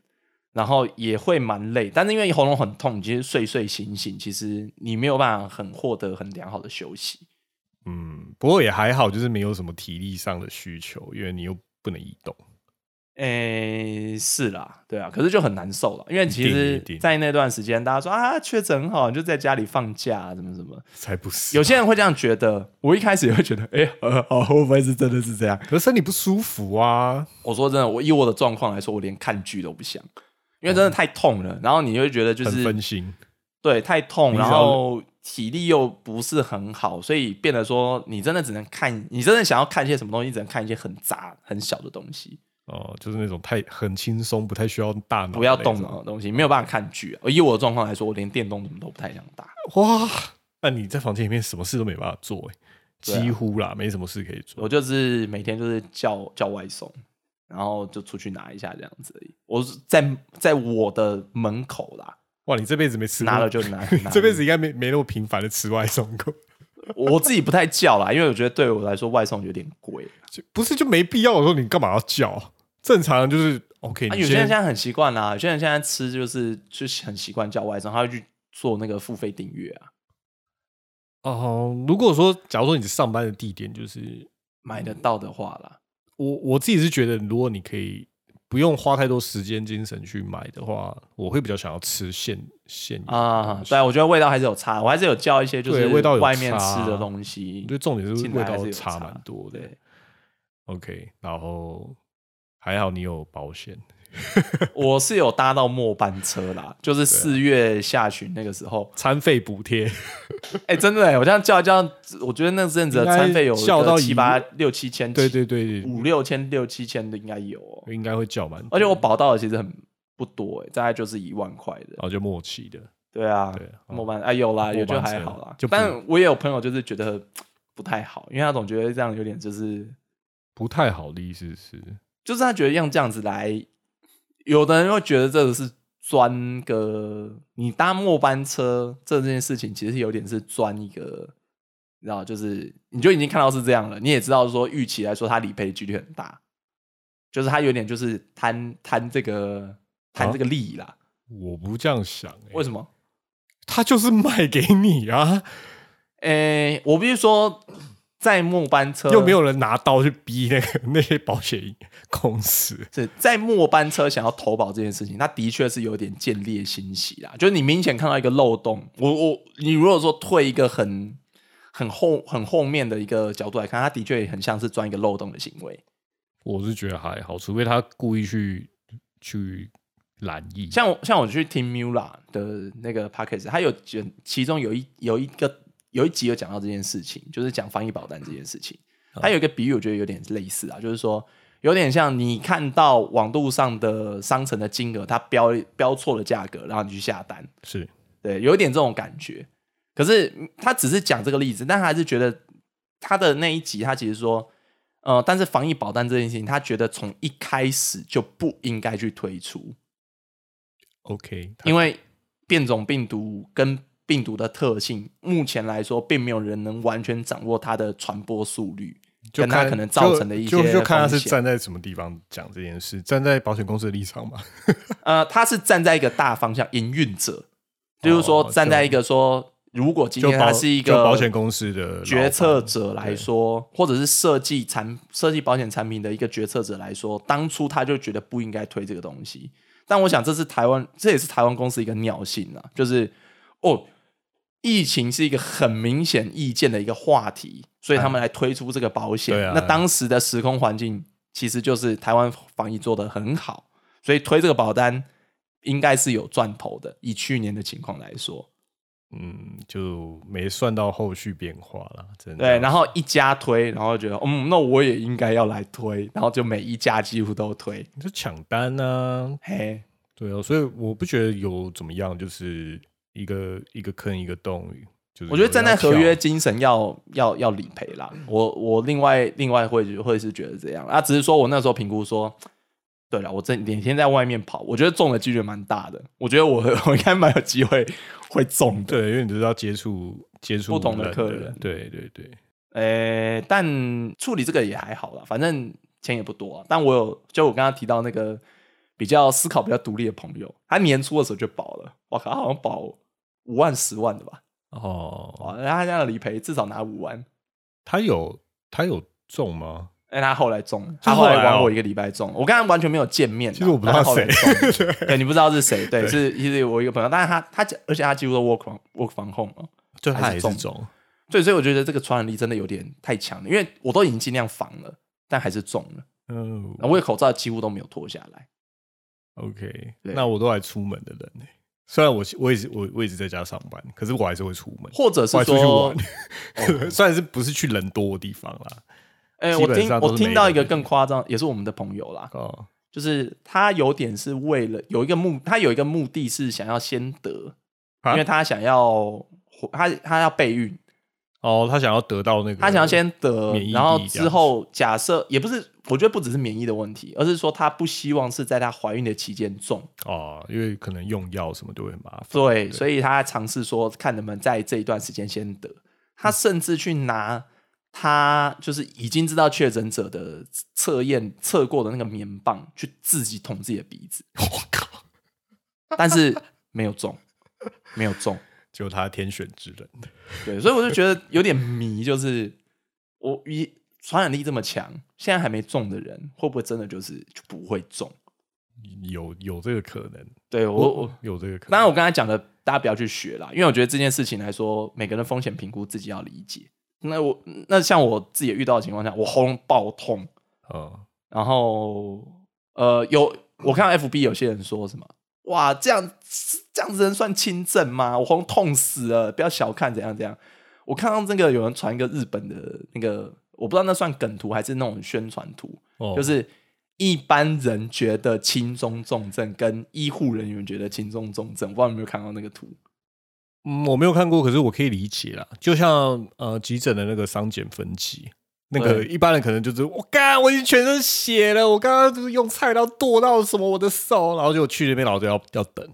然后也会蛮累，但是因为喉咙很痛，其实睡睡醒醒，其实你没有办法很获得很良好的休息。嗯，不过也还好，就是没有什么体力上的需求，因为你又不能移动，诶，是啦，对啊，可是就很难受了，因为其一实定，在那段时间，大家说啊，确诊很好，你就在家里放假、啊，怎么怎么，才不是，有些人会这样觉得，我一开始也会觉得， 哎、呃，哦，会不会是真的是这样？可是身体不舒服啊，我说真的，我以我的状况来说，我连看剧都不想，因为真的太痛了，然后你会觉得就很是分心，对，太痛，你只然要后体力又不是很好，所以变得说你真的只能看，你真的想要看一些什么东西，只能看一些很杂、很小的东西，哦，就是那种太很轻松，不太需要大脑，不要动脑的，东嗯西，没有办法看剧、啊。以我的状况来说，我连电动什么都不太想打。哇，那你在房间里面什么事都没办法做、欸，对啊几乎啦，没什么事可以做。我就是每天就是叫叫外送，然后就出去拿一下这样子而已。我是在在我的门口啦，哇，你这辈子没吃过拿了就 拿，拿这辈子应该没没那么频繁的吃外送过，我自己不太叫啦，因为我觉得对我来说外送有点贵。就不是就没必要。我说你干嘛要叫？正常人就是 OK，啊，你有些人先现在很习惯啦，有些人现在吃就是就是很习惯叫外送，他会去做那个付费订阅啊，哦、如果说假如说你上班的地点就是买得到的话啦，我我自己是觉得，如果你可以不用花太多时间精神去买的话，我会比较想要吃现现有的啊东，西对，我觉得味道还是有差，我还是有叫一些就嗯对是味道有外面差吃的东西我觉得重点是进味来还是道有，差蛮多的。对， OK，然后还好你有保险，我是有搭到末班车啦，就是啊四月下旬那个时候，餐费补贴，哎、真的、欸，我这样叫一叫，我觉得那阵子的应该餐费有笑到个七一八六七千，对对对，五六千六七千的应该有、哦，应该会叫蛮多，而且我保到的其实很不多、欸，大概就是一万块的然。后就默契的，对啊，哦对哦末班哎有啦，末也就班还车好啦。就不但我也有朋友就是觉得不太好，因为他总觉得这样有点就是不太好的意思是，就是他觉得用这样子来，有的人会觉得这个是钻个你搭末班车这件事情，其实有点是钻一个，你知道，就是你就已经看到是这样了，你也知道说预期来说，他理赔几率很大，就是他有点就是贪贪这个贪啊这个利益啦。我不这样想、欸，为什么？他就是卖给你啊，诶、我必须说，在末班车又没有人拿刀去逼那个 那些保险公司，是在末班车想要投保这件事情，他的确是有点见猎心喜啦。就是你明显看到一个漏洞，我我你如果说退一个很很后很后面的一个角度来看，他的确也很像是钻一个漏洞的行为。我是觉得还好，除非他故意去去懒意，像我像我去听 Mula 的那个 p a c k a g e 他有讲其中有一有一个有一集有讲到这件事情，就是讲翻译保单这件事情。他有一个比喻，我觉得有点类似啊，就是说有点像你看到网络上的商城的金额，它标标错了价格，然后你去下单，是对，有一点这种感觉。可是嗯他只是讲这个例子，但他还是觉得他的那一集，他其实说，呃，但是防疫保单这件事情，他觉得从一开始就不应该去推出， OK，他因为变种病毒跟病毒的特性，目前来说，并没有人能完全掌握它的传播速率，就跟它看可能造成的一些就就就看他风是险站在什么地方讲这件事，站在保险公司的立场嘛， 呃，他是站在一个大方向，营运者，就是说哦站在就一个说，如果今就天他保是一就个保险公司的决策者老板来，说，或者是设计产设计保险产品的一个决策者来说，当初他就觉得不应该推这个东西。但我想，这是台湾，这也是台湾公司一个尿性啊，就是哦，疫情是一个很明显意见的一个话题，所以他们来推出这个保险。哎对啊那当时的时空环境其实就是台湾防疫做得很好，所以推这个保单应该是有赚头的。以去年的情况来说，对嗯，就没算到后续变化啦，真的。对，然后一家推，然后觉得嗯，那我也应该要来推，然后就每一家几乎都推，你就抢单啊，嘿，对啊，所以我不觉得有怎么样，就是一个一个坑一个洞，就是我觉有得人站在要合跳啊约精神要要要理赔啦。我我另外另外会会是觉得这样啊，只是说我那时候评估说，对了，我这每天在外面跑，我觉得中的几率蛮大的，我觉得我 我应该蛮有机会会中的。对，因为你就是要接触接触不同的客人人，对对对，呃，但处理这个也还好啦，反正钱也不多、啊。但我有，就我刚刚提到那个比较思考比较独立的朋友，他年初的时候就保了，我靠，他好像保五万、十万的吧？哦，哇，那他这样理赔至少拿五万。他有他有中吗？但他后来中了，是他后来后来哦晚我一个礼拜中，我跟他完全没有见面啊。其实我不知道但他后来 谁中了对你不知道是谁，对，是其实我一个朋友，但是他他而且他几乎都 work from work from home 了。就还他是也中是中，对，所以我觉得这个传染力真的有点太强了，因为我都已经尽量防了，但还是中了。嗯然后我的口罩几乎都没有脱下来。 ，OK，对那我都还出门的人呢、虽然我我也是我我也是在家上班，可是我还是会出门，或者我是还出去说，哦玩， 虽然是不是去人多的地方啦，哎、 基我本听上都我是听没到有一个的更夸张，也是我们的朋友啦，哦，就是他有点是为了有一个目，他有一个目的是想要先得，啊因为他想要他他要备孕，哦，他想要得到那个，他想要先得嗯免疫，力然后这之样后假设也不是，我觉得不只是免疫的问题，而是说他不希望是在他怀孕的期间中，哦，因为可能用药什么都会很麻烦， 对，所以他尝试说看能不能在这一段时间先得。嗯他甚至去拿他就是已经知道确诊者的测验测过的那个棉棒去自己捅自己的鼻子，我靠，但是没有中，没有中。就他天选之人，对，所以我就觉得有点迷，就是我一传染力这么强，现在还没中的人，会不会真的就是就不会中？有有这个可能，对我我有这个可能。当然，我刚才讲的，大家不要去学啦，因为我觉得这件事情来说，每个人风险评估自己要理解。那我那像我自己也遇到的情况下，我喉咙爆痛，嗯，然后呃，有我看到 FB 有些人说什么，哇，这样这样子人算轻症吗？我喉咙痛死了，不要小看怎样怎样。我看到那个有人传一个日本的那个，我不知道那算梗图还是那种宣传图，哦就是一般人觉得轻中重症，跟医护人员觉得轻中重症，我不知道你有没有看到那个图。嗯，我没有看过，可是我可以理解啦。就像呃，急诊的那个伤检分级，那个对一般人可能就是我干，我已经全身血了，我刚刚就是用菜刀剁到什么我的手，然后就去那边，然后就要要等，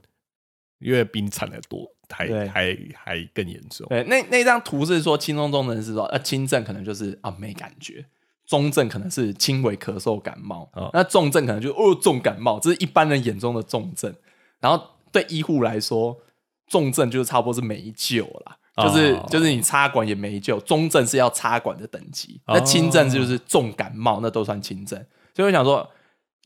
因为比你惨的多，还对还还更严重。对，那那张图是说轻中重症是说，呃，轻症可能就是啊没感觉，中症可能是轻微咳嗽感冒，哦那重症可能就是哦重感冒，这是一般人眼中的重症。然后对医护来说，重症就是差不多是没救啦。就是、哦就是你插管也没救，中症是要插管的等级，哦那轻症就是重感冒，那都算轻症。所以我想说，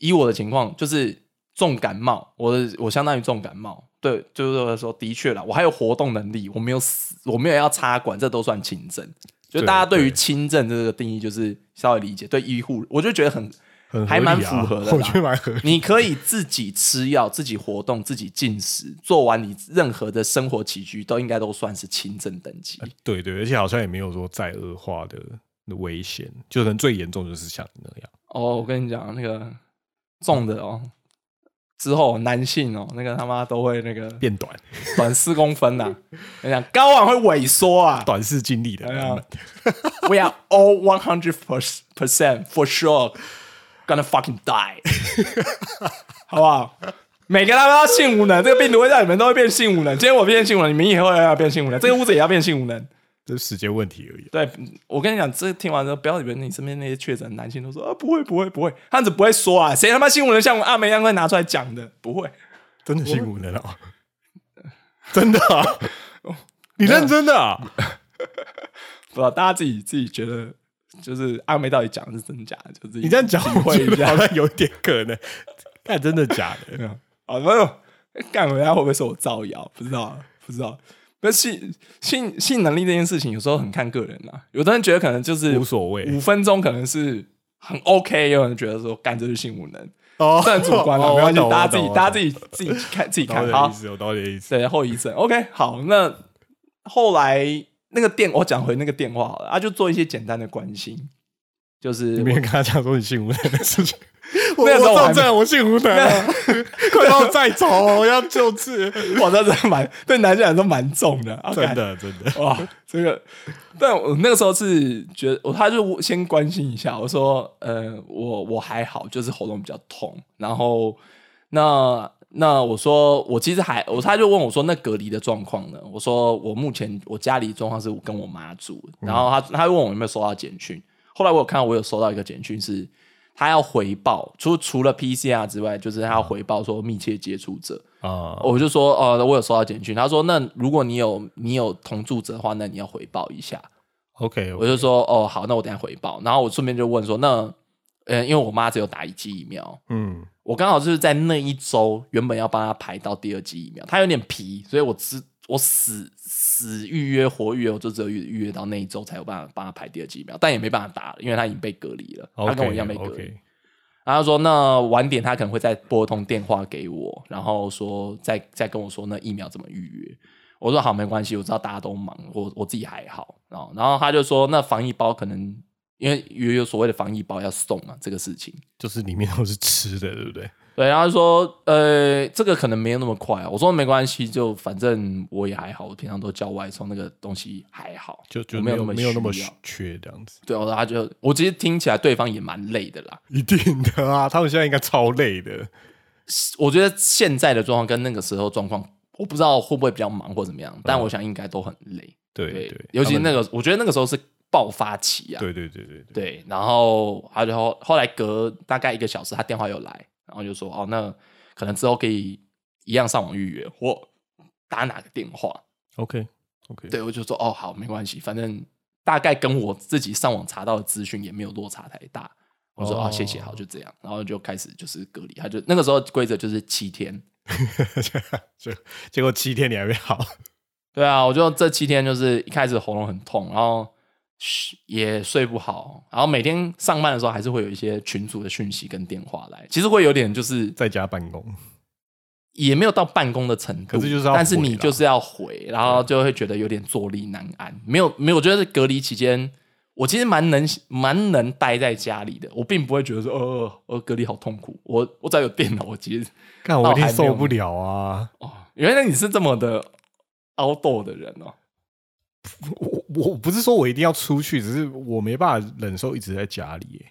以我的情况，就是重感冒，我的我相当于重感冒，对，就是说的确啦，我还有活动能力，我没有死，我没有要插管，这都算轻症。就对大家对于对轻症这个定义，就是稍微理解，对医护，我就觉得很很合理啊还蛮符合的啦 我觉得蛮合理。你可以自己吃药、自己活动、自己进食，做完你任何的生活起居，都应该都算是轻症等级。呃对对，而且好像也没有说再恶化的的危险，就可能最严重就是像你那样。哦，我跟你讲，那个重的哦，之后男性哦，那个他妈都会那个变短、短四公分啊呐、跟你讲，睾丸会萎 缩啊。短视、经历的哎人呀们， We are all one hundred percent for sure gonna fucking die，好不好？每个人都要性无能，这个病毒会让你们都会变性无能。今天我变性无能，你们以后也要变性无能，这个屋子也要变性无能。这是时间问题而已。啊对，我跟你讲，这听完之后，不要以为你身边那些确诊男性都说啊，不会，不会，不会，汉子不会说啊，谁他妈新闻人像我阿梅一样会拿出来讲的，不会。真的辛苦的了，真的 啊，你认真的啊？不知道大家自己自己觉得，就是阿梅到底讲的是真假的，就自己你这样讲，我会觉一得下好。像有点可能，看真的假的？啊，没有，干回来会不会说我造谣？不知道，不知道。那性性性能力这件事情，有时候很看个人啦、有的人觉得可能就是无所谓五分钟可能是很 OK，也有人觉得说干这是性无能，哦这很主观了，哦没关系我，懂大家自我己懂大家我自懂己自己去看自己懂看。你的好意，思，我懂你的意思。对后遗症，OK，好，那后来那个电，我讲回那个电话好了，啊，就做一些简单的关心，就是你没 有跟他讲说你姓吴的事情，那时候我还中没这 我姓吴的，快帮我再走，我要救治， 我这真的蛮对男性来说蛮重的，啊真干的真 的。 哇，这个，但我那个时候是觉得，我他就先关心一下，我说，呃，我我还好，就是喉咙比较痛，然后那那我说我其实还，我他就问我说，那隔离的状况呢？我说我目前我家里状况是我跟我妈住，然后他他问我有没有收到简讯，后来我有看到我有收到一个简讯是。他要回报，除除了 PCR 之外，就是他要回报说密切接触者。啊，我就说，呃，我有收到简讯。他说，那如果你有你有同住者的话，那你要回报一下。 OK，我就说，哦，好，那我等一下回报。然后我顺便就问说，那，呃，因为我妈只有打一剂疫苗，嗯，我刚好就是在那一周原本要帮她排到第二剂疫苗，她有点皮，所以我只我死死预约活预约，我就只有预预约到那一周才有办法帮她排第二剂疫苗，但也没办法打了，因为她已经被隔离了，她 OK，跟我一样被隔离。 OK，然后他说那晚点他可能会再拨通电话给我，然后说再再跟我说那疫苗怎么预约。我说好，没关系，我知道大家都忙，我我自己还好。然后然后他就说那防疫包可能因为有有所谓的防疫包要送嘛，这个事情。就是里面都是吃的，对不对？对，然后他说，呃，这个可能没有那么快、啊。我说没关系，就反正我也还好，我平常都叫外送，那个东西还好，就就我没有没有那么需要。缺这样子，对，我说他就，我其实听起来对方也蛮累的啦，一定的啊，他们现在应该超累的。我觉得现在的状况跟那个时候状况，我不知道会不会比较忙或怎么样，但我想应该都很累。嗯对对，尤其他们那个，我觉得那个时候是爆发期啊。对对对对对，对，然后他就后后来隔大概一个小时，他电话又来，然后就说哦，那可能之后可以一样上网预约或打哪个电话。 OK OK， 对，我就说哦，好，没关系，反正大概跟我自己上网查到的资讯也没有落差太大。我说啊、哦谢谢，好，就这样，然后就开始就是隔离，他就那个时候规则就是七天，结结果七天你还没好， 对啊，我就这七天就是一开始喉咙很痛，然后嘘也睡不好，然后每天上班的时候还是会有一些群组的讯息跟电话来，其实会有点就是在家办公，也没有到办公的程度，可是就是要但是回你啦就是要回，然后就会觉得有点坐立难安。没有没有，我觉得隔离期间，我其实蛮能蛮能待在家里的，我并不会觉得说，哦，哦隔离好痛苦。我我只要有电脑，我其实看我一哦定还没有受不了啊！哦，原来你是这么的 outdoor 的人哦。我我我不是说我一定要出去，只是我没办法忍受一直在家里耶、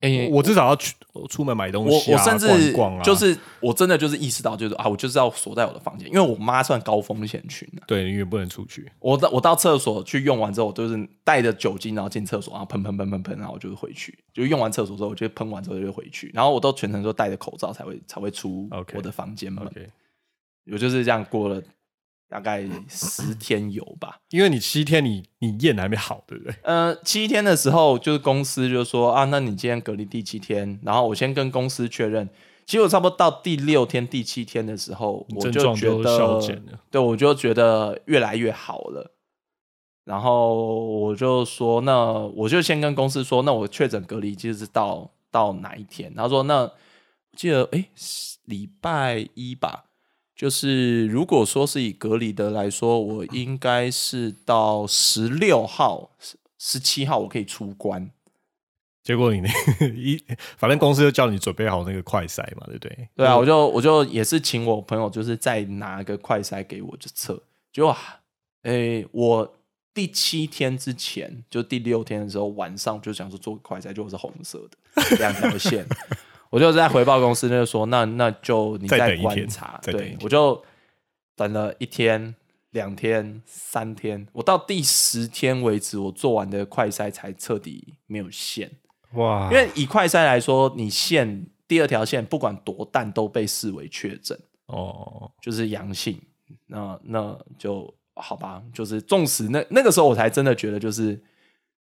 诶我至少要去我出门买东我西、啊，我甚至逛一逛啊，就是我真的就是意识到，就是啊，我就是要锁在我的房间，因为我妈算高风险群啊。对，因为不能出去。我到我到厕所去用完之后，我就是带着酒精，然后进厕所，然后喷喷喷喷喷，然后我就回去。就用完厕所之后，我就喷完之后就回去，然后我都全程都戴着口罩才会才会出 OK 我的房间门。 OK，我就是这样过了大概十天有吧。因为你七天你你验还没好，对不对？呃，七天的时候，就是公司就说啊，那你今天隔离第七天，然后我先跟公司确认。其实我差不多到第六天、第七天的时候，你我症就状觉就消得减了，对我就觉得越来越好了。然后我就说，那我就先跟公司说，那我确诊隔离就是到到哪一天？他说，那记得哎，礼拜一吧。就是如果说是以隔离的来说，我应该是到十六号、十七号我可以出关。结果你那 一反正公司就叫你准备好那个快筛嘛，对不对？对啊，我就我就也是请我朋友，就是再拿个快筛给我就测，结果，诶、我第七天之前，就第六天的时候晚上就想说做快筛，结果是红色的两条 线，我就在回报公司那就说，那那就你再等一观天察，再等一对天我就等了一天、两天、三天，我到第十天为止，我做完的快筛才彻底没有线。哇因为以快筛来说，你线第二条线不管多淡都被视为确诊，哦，就是阳性。那那就好吧，就是纵使那那个时候我才真的觉得就是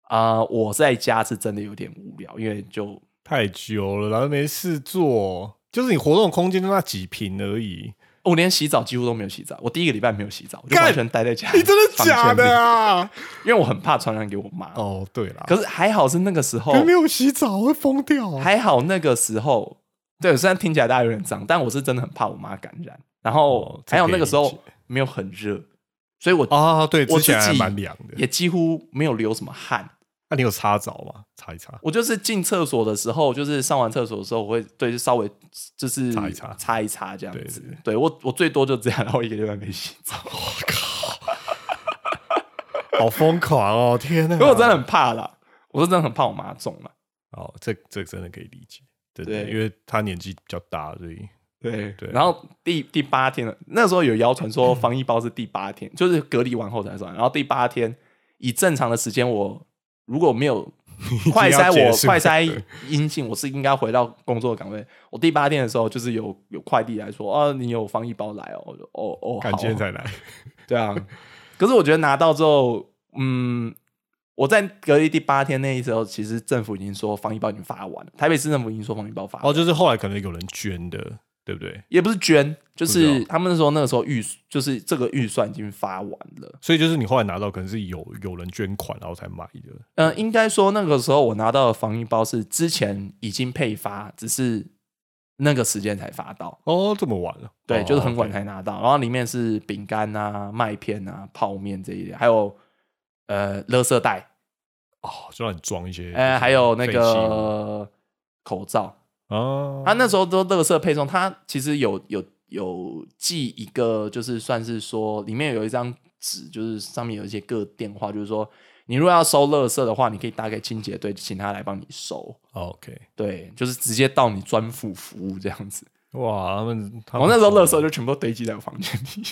啊、我在家是真的有点无聊，因为就哦太久了，然后没事做，就是你活动空间就那几平而已。我连洗澡几乎都没有洗澡，我第一个礼拜没有洗澡，我就干完全待在家。你真的假的？啊？因为我很怕传染给我妈。哦，哦，对啦，可是还好是那个时候可没有洗澡会疯掉啊。哦还好那个时候，对，虽然听起来大家有点脏，但我是真的很怕我妈感染。然后、哦这还有可以那个时理解候没有很热，所以我、啊，对，我之自前还己蛮凉的。也几乎没有流什么汗。那、你有擦澡吗？擦一擦。我就是进厕所的时候，就是上完厕所的时候，我会对就稍微就是擦一擦擦一擦这样子。对对哦我我最多就这样，然后一个礼拜没洗澡， 好疯狂 哦！天哪！因为我真的很怕啦，我是真的很怕我妈中了。哦，这这真的可以理解，对对因为他年纪比较大，所以 对对然后第第八天了，那时候有谣传 说防疫包是第八天，就是隔离完后才算。然后第八天以正常的时间，我如果没 有 快筛要结我束 快筛阴性，我是应该回到工作岗位。我第八天的时候，就是有有快递来说，哦，你有防疫包来哦，我就哦哦，赶好今天哦才来，对 啊，可是我觉得拿到之后，嗯，我在隔离第八天那一时候，其实政府已经说防疫包已经发完了，台北市政府已经说防疫包发完了哦，就是后来可能有人捐的，对不对？也不是捐，就不知是道他们那时候那个时候预就是这个预算已经发完了。所以就是你后来拿到，可能是有有人捐款，然后才买的。呃，应该说那个时候我拿到的防疫包是之前已经配发，只是那个时间才发到。哦，这么晚了？对，哦就是很晚 OK 才拿到。然后里面是饼干啊、麦片啊、泡面这一类，还有呃，垃圾袋，哦，就让你装一些，呃，还有那废弃物个口罩。哦，他那时候都乐色配送，他其实有有有寄一个，就是算是说里面有一张纸，就是上面有一些各电话，就是说你如果要收乐色的话，你可以打给清洁队，请他来帮你收。 OK，对，就是直接到你专属服务这样子。哇，他们他我们那时候乐色就全部都堆积在我房间里，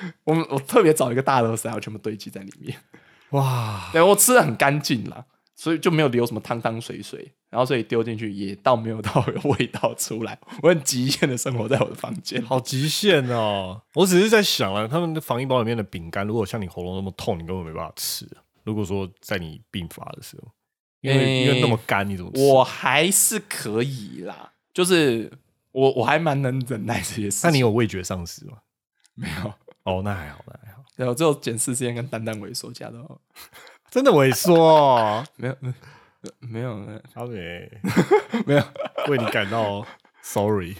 我们我特别找一个大乐色，然后全部堆积在里面。哇，对我吃的很干净啦，所以就没有留什么汤汤水水，然后所以丢进去也倒没有到有味道出来。我很极限的生活在我的房间。好极限哦！我只是在想啊，他们的防疫包里面的啊饼干，如果像你喉咙那么痛，你根本没办法吃。如果说在你病发的时候，因为、因为那诶么干，你怎么吃？哎我还是可以啦，就是我我还蛮能忍耐这些事那情。你有味觉丧失吗？没有？哦，那还好，那还好。然后只有检视时间跟蛋蛋萎缩加到真的萎缩，没有，没有没有，没有哦阿美没有。 为你感到 sorry，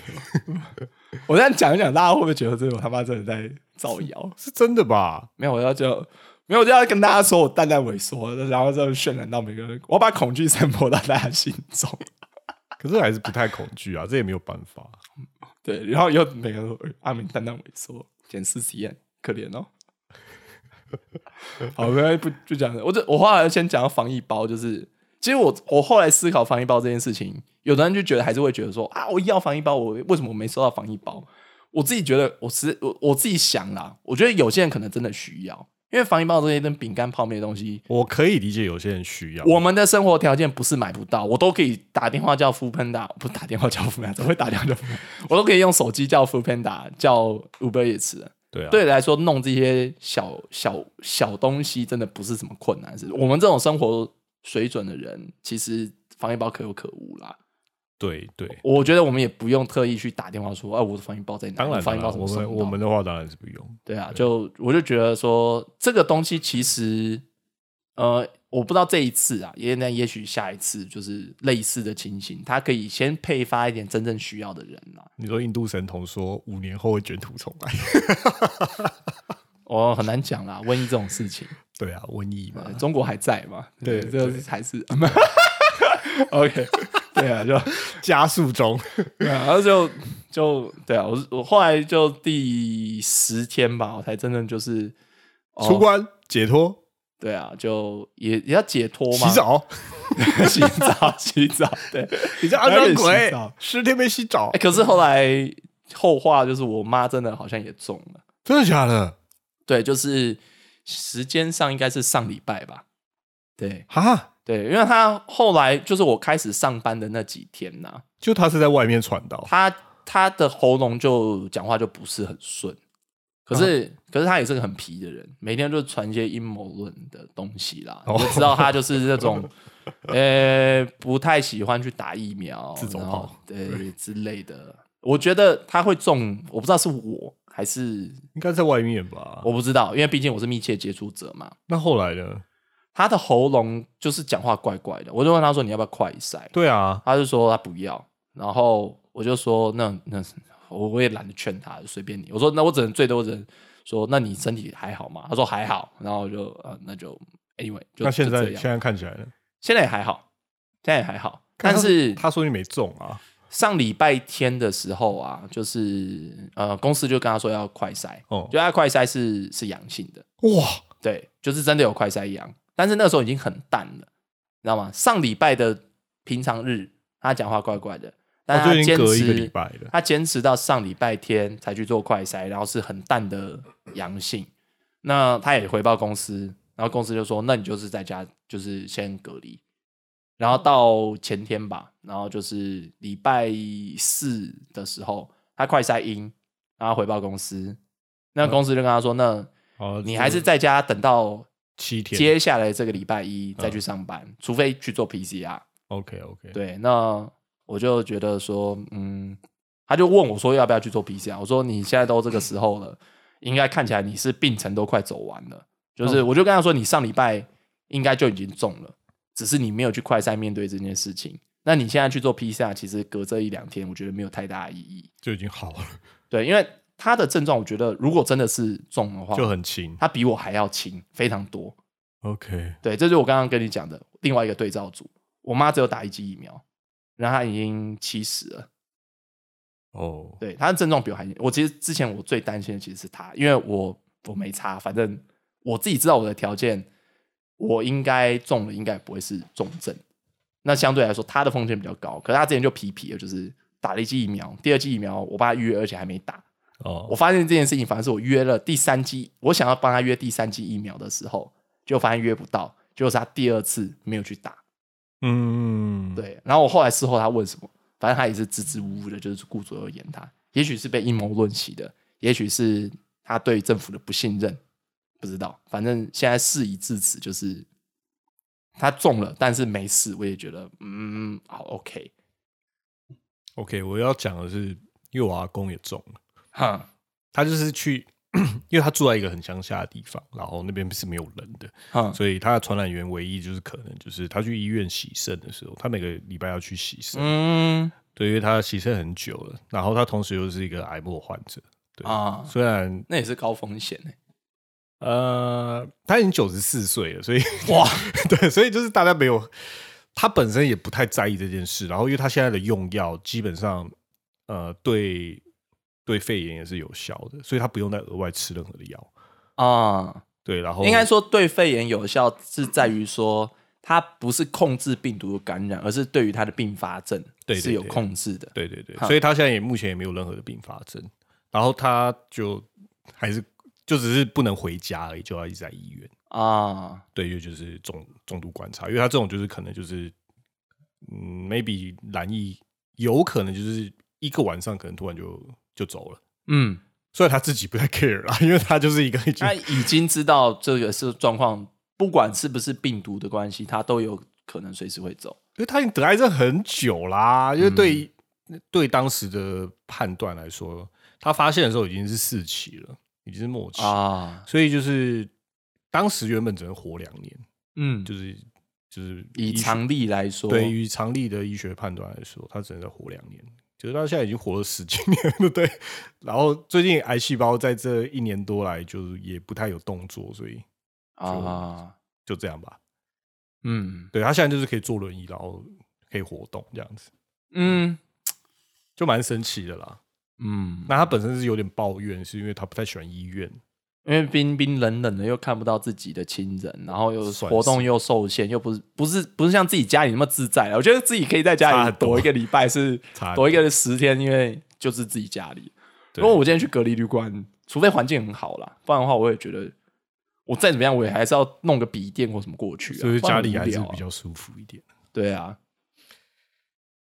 我这样讲一讲，大家会不会觉得这我他妈真的在造谣？是真的吧？没有，我要就没有，我就要跟大家说我蛋蛋萎缩，然后就渲染到每个人，我要把恐惧散播到大家心中。可是还是不太恐惧啊，这也没有办 法。对，然后以后每个人都说哎阿明蛋蛋萎缩，检视体验，可怜哦。好，没关系，不就讲了。我这我后来先讲到防疫包，就是其实我我后来思考防疫包这件事情，有的人就觉得还是会觉得说啊，我要防疫包，我为什么我没收到防疫包？我自己觉得我实我我自己想啦，我觉得有些人可能真的需要，因为防疫包这些跟饼干、泡面的东西，我可以理解有些人需要，我们的生活条件不是买不到，我都可以打电话叫 f o o Panda，不是打电话叫 f o o Panda，怎么会打电话叫 f o o Panda？我都可以用手机叫 f o o Panda，叫 Uber 也吃。对啊，对你来说，弄这些小小小东西，真的不是什么困难的事。我们这种生活水准的人，其实防疫包可有可无啦。对对，我觉得我们也不用特意去打电话说，哎、我的防疫包在哪？当然防当疫然包怎么我送们我到们的话当然是不用。对啊，就我就觉得说这个东西其实，呃，我不知道这一次啊，也那也许下一次就是类似的情形，他可以先配发一点真正需要的人啊啦。你说印度神童说五年后会卷土重 来，我、很难讲啦，瘟疫这种事 情，对啊，瘟疫嘛 呃，中国还在嘛？对这个还 是 OK。对啊，就加速中， 对啊然后就就对啊，我是我后来就第十天吧，我才真正就是哦出关解脱，对啊，就也也要解脱嘛，洗澡， 洗澡，洗澡，对。你这肮脏哪里洗鬼澡，十天没洗澡哎、，可是后来后话就是，我妈真的好像也中了。真的假的？对，就是时间上应该是上礼拜吧。对哈，对，因为她后来就是我开始上班的那几天呐、就他是在外面传到，她她的喉咙就讲话就不是很顺。可是，嗯可是她也是个很皮的人，每天就传一些阴谋论的东西啦。哦我知道她就是 那种，呃，不太喜欢去打疫苗，自走然后炮对之类的。我觉得他会中，我不知道是我还是应该在外面吧？我不知道，因为毕竟我是密切接触者嘛。那后来呢？他的喉咙就是讲话怪怪的，我就问他说你要不要快筛，对啊，他就说他不要，然后我就说那那我我也懒得劝他，随便你。我说那我只能最多只能说那你身体还好吗？他说还好，然后我就呃那就 anyway 就那现就在这样现在看起来呢？现在也还好，现在也还好，但他是他说你没中啊，上礼拜天的时候啊，就是呃公司就跟他说要快筛，哦就他快筛是是阳性的，哇，对，就是真的有快筛阳，但是那个时候已经很淡了，你知道吗？上礼拜的平常日，他讲话怪怪的，但我他哦就已坚经隔一个礼持，拜了，他坚持到上礼拜天才去做快筛，然后是很淡的阳性。那他也回报公司，然后公司就说：“那你就是在家，就是先隔离。”然后到前天吧，然后就是礼拜四的时候，他快筛阴，然后回报公司，嗯那公司就跟他说：“那哦你还是在家等到七天嗯接下来这个礼拜一再去上班，除非去做 PCR。 ，OK OK，对，那我就觉得说，嗯，他就问我说要不要去做 PCR，我说你现在都这个时候了，应该看起来你是病程都快走完了，就是嗯我就跟他说你上礼拜应该就已经中了，只是你没有去快筛面对这件事情。那你现在去做 PCR，其实隔这一两天，我觉得没有太大的意义。就已经好了，对，因为他的症状，我觉得如果真的是中的话，就很轻他比我还要轻，非常多。 ，OK，对，这就是我刚刚跟你讲的另外一个对照组。我妈只有打一剂疫苗，然后她已经七十了。哦，对，她的症状比我还严……我其实之前我最担心的其实是她，因为我我没差，反正我自己知道我的条件，我应该中了，应该不会是重症。那相对来说，她的风险比较高。可是她之前就皮皮了，就是打了一剂疫苗，第二剂疫苗我帮她预约，而且还没打。我哦，发现这件事情，反而是我约了第三剂，我想要帮他约第三剂疫苗的时候，就发现约不到，就是他第二次没有去打。嗯，，对，然后我后来事后他问什么，反正他也是支支吾吾的，就是顾左右而言他，也许是被阴谋论起的，也许是他对政府的不信任，不知道。反正现在事已至此，就是他中了，但是没事，我也觉得嗯，好 OK， OK，我要讲的是，因为我阿公也中了，哈他就是去，因为他住在一个很乡下的地方，然后那边是没有人的，哈，所以他的传染源唯一就是可能就是他去医院洗肾的时候，他每个礼拜要去洗肾，嗯对，因为他洗肾很久了，然后他同时又是一个癌末患者，对啊，虽然那也是高风险欸呃他已经九十四岁了，所以 哇， 对，所以就是大家没有，他本身也不太在意这件事，然后因为他现在的用药基本上，呃，对对肺炎也是有效的，所以他不用再额外吃任何的药。啊，对，然后应该说对肺炎有效是在于说。它不是控制病毒的感染，而是对于它的并发症对对是有对控制的。对对对，哈所以他现在也目前也没有任何的并发症，然后他就还是就只是不能回家而已，就要一直在医院。啊，对，因为就是重重度观察，因为他这种就是可能就是，嗯，maybe 难以，有可能就是一个晚上可能突然就就走了。嗯，虽然他自己不太 care 啦， 因为他就是一个已经他已经知道这个是状况，不管是不是病毒的关系，他都有可能随时会走。因为他已经得癌症很久嗯啦，因为对、对当时的判断来说，他发现的时候已经是四期了，已经是末期，啊，所以就是当时原本只能活两年，嗯，就是就是以医学常理来说，对于常理的医学判断来说，他只能再活两年。就是他现在已经活了十几年了， 对。然后最近癌细胞在这一年多来，就是也不太有动作，所以啊，就这样吧。嗯对他现在就是可以坐轮椅，然后可以活动这样子，嗯就蛮神奇的啦。嗯，那他本身是有点抱怨，是因为他不太喜欢医院，因为冰冰冷冷的，又看不到自己的亲人，然后又算活动是又受限，又不是不是不是像自己家里那么自在啊了。我觉得自己可以在差家里很多躲一个礼拜是差很躲一多个十天，因为就是自己家里。啊对如果我今天去隔离旅馆，除非环境很好啦，不然的话，我也觉得我再怎么样，我也还是要弄个笔电或什么过去、啊，所以不家然很里无还是聊啊比较舒服一点。对啊。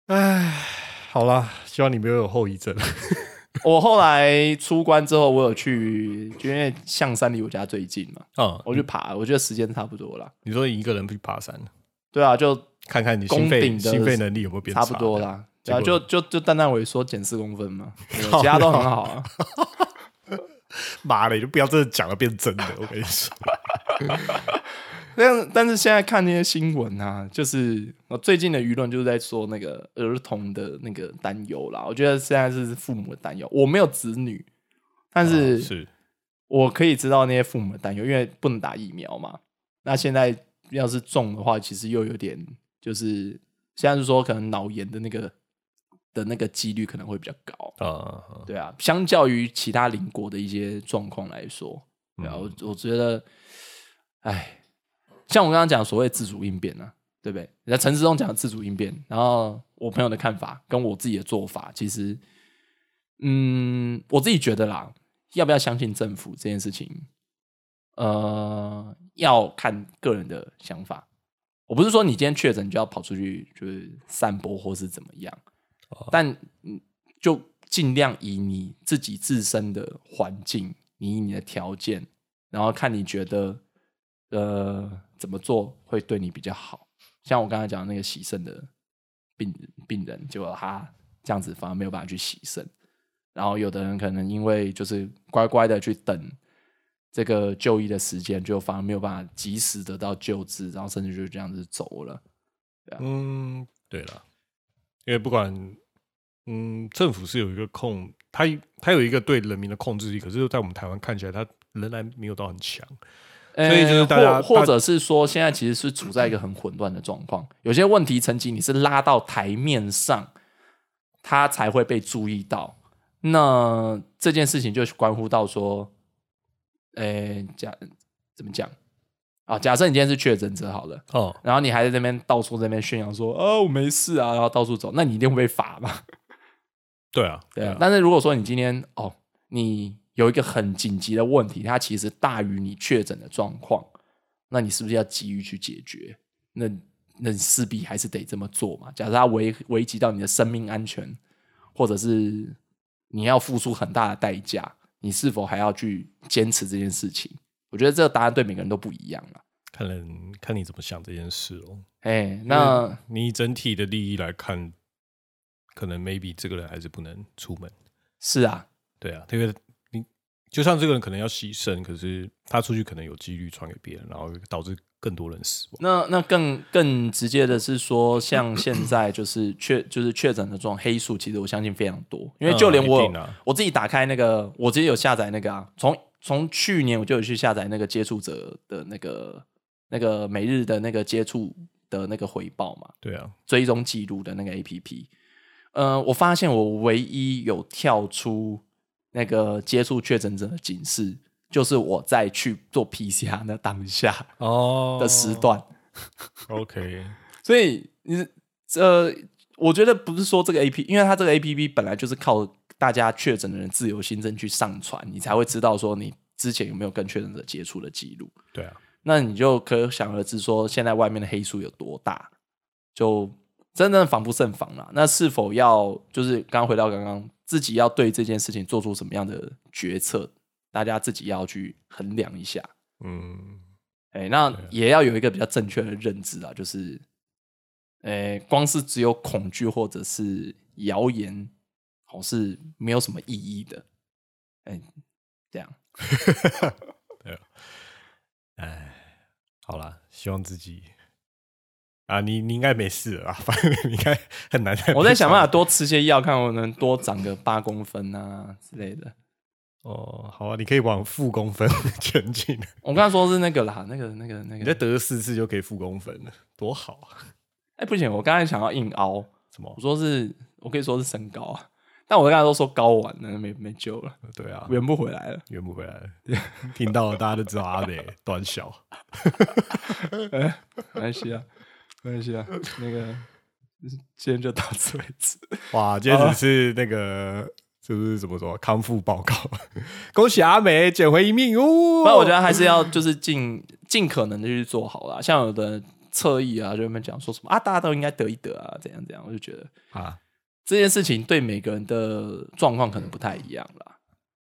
唉，好啦，希望你没有后遗症。嗯我后来出关之后，我有去，就因为象山离我家最近嘛，嗯，我去爬，我觉得时间差不多了。你说你一个人去爬山，对啊，就看看你攻心肺顶的心肺能力有没有变差不多这样啦。对啊，结果就就就蛋蛋萎缩减四公分 嘛，对其他都很好啊。妈的，你就不要真的讲了变真的，我跟你说。但但是现在看那些新闻啊，就是我最近的舆论就是在说那个儿童的那个担忧啦。我觉得现在是父母的担忧，我没有子女，但是啊是我可以知道那些父母的担忧，因为不能打疫苗嘛。那现在要是中的话，其实又有点就是现在是说可能脑炎的那个的那个几率可能会比较高。啊，对啊，相较于其他邻国的一些状况来说，对啊，我我觉得，哎，像我刚刚讲所谓自主应变啊，对不对？人家陈志忠讲的自主应变，然后我朋友的看法跟我自己的做法，其实，嗯，我自己觉得啦，要不要相信政府这件事情，呃，要看个人的想法。我不是说你今天确诊你就要跑出去就是散播或是怎么样，但嗯，就尽量以你自己自身的环境，你以你的条件，然后看你觉得呃怎么做会对你比较好。像我刚才讲的那个洗肾的病人病人，结果他这样子反而没有办法去洗肾，然后有的人可能因为就是乖乖的去等。这个就医的时间就反而没有办法及时得到救治，然后甚至就这样子走了。啊嗯，对了，因为不管嗯，政府是有一个控，它它有一个对人民的控制力，可是，在我们台湾看起来，它仍然没有到很强。所以就是呃大家或大或者是说，现在其实是处在一个很混乱的状况，有些问题层级你是拉到台面上，它才会被注意到。那这件事情就关乎到说，呃，假怎么讲啊？假设你今天是确诊者好了，哦，然后你还在那边到处在那边宣扬说，哦，我没事啊，然后到处走，那你一定会被罚嘛？对啊，对啊，但是如果说你今天哦，你有一个很紧急的问题，它其实大于你确诊的状况，那你是不是要急于去解决？那那你势必还是得这么做嘛。假设它危危及到你的生命安全，或者是你要付出很大的代价，你是否还要去坚持这件事情？我觉得这个答案对每个人都不一样了。啊看人看你怎么想这件事哦。哎，那你以整体的利益来看，可能 maybe 这个人还是不能出门。是啊，对啊，因为你就算这个人可能要牺牲，可是他出去可能有几率传给别人，然后导致更多人死亡。那那更更直接的是 说，像现在就是确就是确诊的这种黑数，其实我相信非常多，因为嗯就连我一有、定啊我自己打开那个，我自己有下载那个啊，从从去年我就有去下载那个接触者的那个那个每日的那个接触的那个回报嘛，对啊，追踪记录的那个 APP。呃，我发现我唯一有跳出那个接触确诊者的警示，就是我在去做 PCR 那当下哦的时段。 ，OK，所以你呃，我觉得不是说这个 A P，因为它这个 A P P 本来就是靠大家确诊的人自由新增去上传，你才会知道说你之前有没有跟确诊者接触的记录。对啊，那你就可想而知说，现在外面的黑数有多大，就真的防不胜防了。那是否要就是刚刚回到刚刚自己要对这件事情做出什么样的决策，大家自己要去衡量一下。嗯，哎、那对啊也要有一个比较正确的认知啊，就是，哎、光是只有恐惧或者是谣言，好是没有什么意义的。哎、这样好啦，希望自己啊，你你应该没事了啊，反正你应该很难。我在想办法多吃些药，看我能多长个八公分啊之类的。哦，好啊，你可以往负公分前进，我刚才说是那个啦，那个那个那你再，个得四次就可以负公分了，多好啊！哎、不行，我刚才想要硬凹，什么我？说是我可以说是身高啊，但我刚才都说高完了，没没救了，对啊，圆不回来了。圆不回来了，听到了大家都知道阿北短小。没关系啊，没关系啊，那个今天就到此为止。哇，今天只是那个。就是怎么说康复报告， 恭喜阿美捡回一命哦！ 不然我觉得还是要就是尽尽可能的去做好啦。像有的侧翼啊，就他们讲说什么啊，大家都应该得一得啊，怎样怎样，我就觉得啊，这件事情对每个人的状况可能不太一样啦。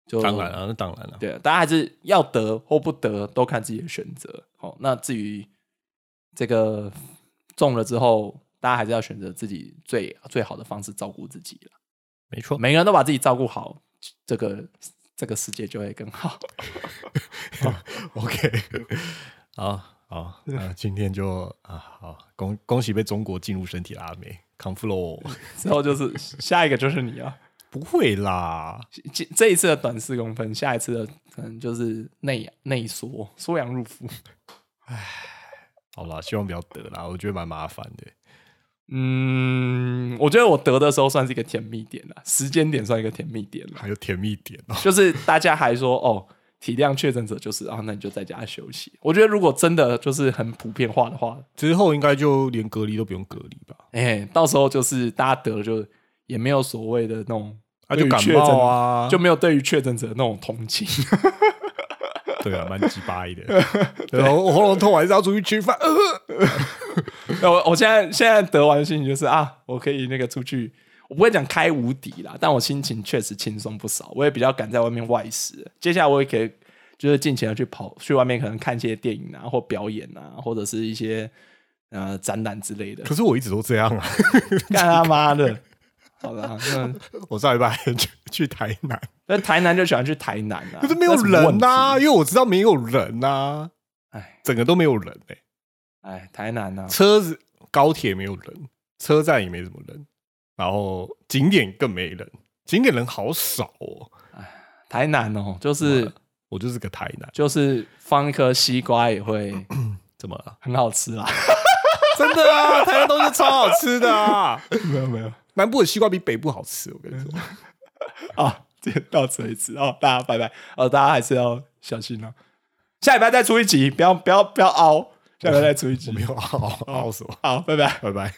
就当然了、那当然了、对，啊大家还是要得或不得都看自己的选择。好、那至于这个中了之后，大家还是要选择自己最最好的方式照顾自己啦。没错。每个人都把自己照顾好，这个这个世界就会更好。 OK，好好， 那今天就啊好，恭恭喜被中国进入身体的阿美康复喽！ 之后就是下一个就是你啊。不会啦，这这一次的短四公分，下一次的可能就是内内缩缩阳入腹。好啦，希望不要得啦，我觉得蛮麻烦的。嗯，我觉得我得的时候算是一个甜蜜点了，时间点算一个甜蜜点了，还有甜蜜点哦， 就是大家还说哦，体谅确诊者就是啊，那你就在家休息。我觉得如果真的就是很普遍化的话，之后应该就连隔离都不用隔离吧？哎、到时候就是大家得了就也没有所谓的那种啊，对就于感确诊冒啊，就没有对于确诊者的那种 同情。对啊，蛮鸡巴的。 然后我喉咙痛，还是要出去吃饭。 呃那我我现在现在得完心情就是啊，我可以那个出去，我不会讲开无敌啦，但我心情确实轻松不少，我也比较敢在外面外食。接下来我也可以就是尽情的去跑去外面，可能看一些电影啊，或表演啊，或者是一些呃展览之类的。可是我一直都这样啊， 干他妈的！好啦，那我上礼拜去去台南，那台南就喜欢去台南啊，可是没有那什么问人啊题呐、因为我知道没有人呐、哎整个都没有人哎、哎，台南啊，车子、高铁没有人，车站也没什么人，然后景点更没人，景点人好少哦。台南哦，就是我就是个台南，就是放一颗西瓜 也会怎么了？很好吃啦。 真的啊，台南东西 超好吃的啊！没有没有。南部的西瓜比北部好吃，我跟你说。啊，这个到此为止哦，大家拜拜哦，大家还是要小心哦。下礼拜再出一集，不要不要不要熬，下礼拜再出一集没，有好好好什么？好，拜拜。拜拜。